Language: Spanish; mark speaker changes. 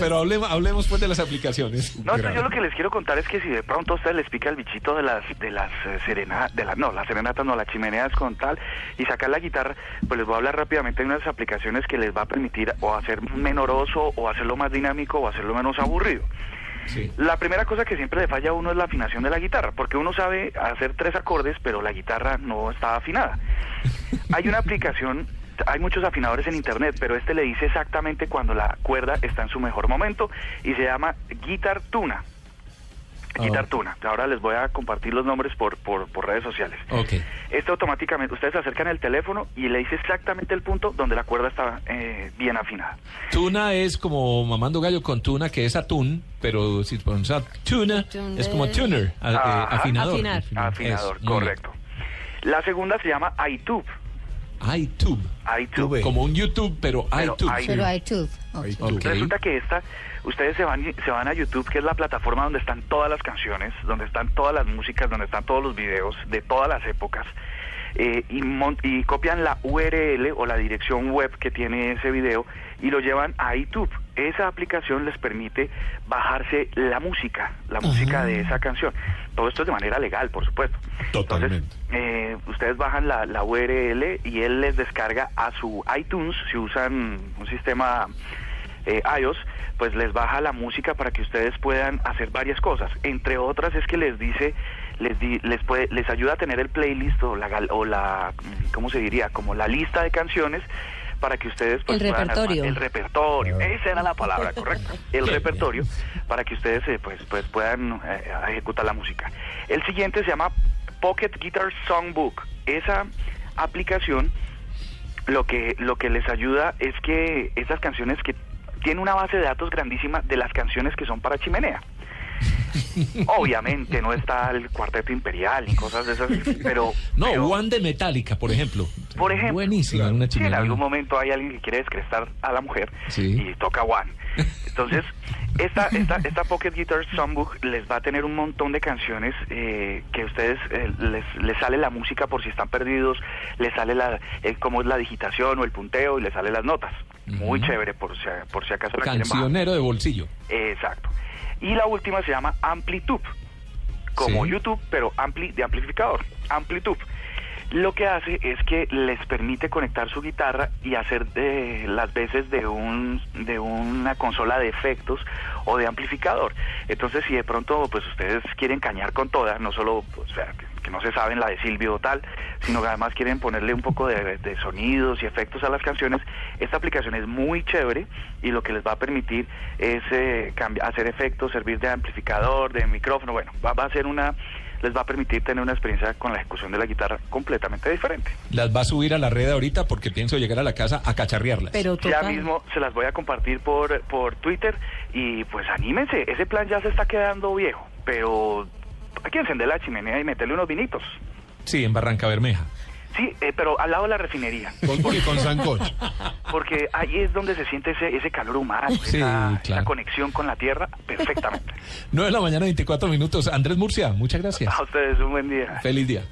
Speaker 1: Pero hablemos, hablemos pues de las aplicaciones.
Speaker 2: No, entonces yo lo que les quiero contar es que si de pronto a ustedes les pica el bichito de las de las serenatas, de las no, las serenatas no, las chimeneas con tal y sacar la guitarra, pues les voy a hablar rápidamente de unas aplicaciones que les va a permitir o hacer menoroso o hacerlo más dinámico o hacerlo menos aburrido.
Speaker 1: Sí.
Speaker 2: La primera cosa que siempre le falla a uno es la afinación de la guitarra, porque uno sabe hacer tres acordes, pero la guitarra no está afinada. Hay una aplicación, hay muchos afinadores en internet, pero este le dice exactamente cuando la cuerda está en su mejor momento y se llama Guitar Tuna.
Speaker 1: Ah,
Speaker 2: Guitar Tuna. Ahora les voy a compartir los nombres por, por, por redes sociales.
Speaker 1: Ok.
Speaker 2: Este automáticamente, ustedes acercan el teléfono y le dice exactamente el punto donde la cuerda está eh, bien afinada.
Speaker 1: Tuna es como mamando gallo con tuna, que es atún, pero si pronuncia tuna,
Speaker 3: Tuna.
Speaker 1: es como tuner, a- eh,
Speaker 2: Ajá.
Speaker 1: afinador.
Speaker 3: Afinar.
Speaker 2: Ah, Afinador,
Speaker 1: Eso, muy
Speaker 2: correcto. La segunda se llama iTube.
Speaker 1: bien. iTube.
Speaker 2: iTube.
Speaker 1: Como un YouTube, pero,
Speaker 2: Pero
Speaker 1: iTube.
Speaker 2: i-
Speaker 4: Pero hay tube. ok.
Speaker 1: Ok.
Speaker 2: Resulta que esta, ustedes se van, se van a YouTube, que es la plataforma donde están todas las canciones, donde están todas las músicas, donde están todos los videos de todas las épocas, eh, y, mon- y copian la URL o la dirección web que tiene ese video y lo llevan a YouTube. Esa aplicación les permite bajarse la música, la música de esa canción. Todo esto es de manera legal, por supuesto.
Speaker 1: Totalmente.
Speaker 2: Entonces, eh, ustedes bajan la, la URL y él les descarga a su iTunes, si usan un sistema eh, iOS, pues les baja la música para que ustedes puedan hacer varias cosas. Entre otras es que les dice, les, di- les, puede- les ayuda a tener el playlist o la, gal- o la, mm, ¿cómo se diría? Como la lista de canciones para que ustedes pues,
Speaker 5: El
Speaker 2: puedan armar-
Speaker 5: repertorio.
Speaker 2: el repertorio esa era la palabra correcta el repertorio para que ustedes eh, pues pues puedan eh, ejecutar la música el siguiente se llama Pocket Guitar Songbook esa aplicación lo que lo que les ayuda es que estas canciones que tiene una base de datos grandísima de las canciones que son para chimenea obviamente no está el cuarteto imperial y cosas de esas pero
Speaker 1: No,
Speaker 2: pero-
Speaker 1: One de Metallica, por ejemplo.
Speaker 2: Por ejemplo.
Speaker 1: Buenísima, una
Speaker 2: Sí,
Speaker 1: chimenea.
Speaker 2: en algún momento hay alguien que quiere descrestar a la mujer
Speaker 1: Sí.
Speaker 2: y toca One. Entonces, esta, esta, esta Pocket Guitar Songbook les va a tener un montón de canciones eh, que ustedes eh, les, les sale la música por si están perdidos, les sale la, eh, cómo es la digitación o el punteo y les sale las notas. Muy chévere, por si, a- por si acaso la quieren bajar.
Speaker 1: Cancionero de bolsillo.
Speaker 2: Exacto. Y la última se llama Amplitude, como
Speaker 1: Sí.
Speaker 2: YouTube, pero ampli de amplificador, Amplitude. Lo que hace es que les permite conectar su guitarra y hacer eh, las veces de, un, de una consola de efectos o de amplificador. Entonces, si de pronto pues ustedes quieren cañar con todas, no solo, o sea, que, que no se saben la de Silvio o tal, sino que además quieren ponerle un poco de, de sonidos y efectos a las canciones, esta aplicación es muy chévere y lo que les va a permitir es eh, cambi- hacer efectos, servir de amplificador, de micrófono, bueno, va, va a ser una les va a permitir tener una experiencia con la ejecución de la guitarra completamente diferente.
Speaker 1: Las va a subir a la red ahorita porque pienso llegar a la casa a cacharrearlas.
Speaker 5: Pero
Speaker 2: Ya
Speaker 5: toca.
Speaker 2: mismo se las voy a compartir por, por Twitter y pues anímense, ese plan ya se está quedando viejo, pero hay que encender la chimenea y meterle unos vinitos.
Speaker 1: Sí, en Barranca Bermeja.
Speaker 2: Sí, eh, pero al lado de la refinería,
Speaker 6: Con, con sancocho.
Speaker 2: porque ahí es donde se siente ese, ese calor humano,
Speaker 1: Sí,
Speaker 2: esa, esa
Speaker 1: claro.
Speaker 2: conexión con la tierra perfectamente.
Speaker 1: 9 de la mañana, 24 minutos. Andrés Murcia, muchas gracias.
Speaker 2: A ustedes un buen día.
Speaker 1: Feliz día.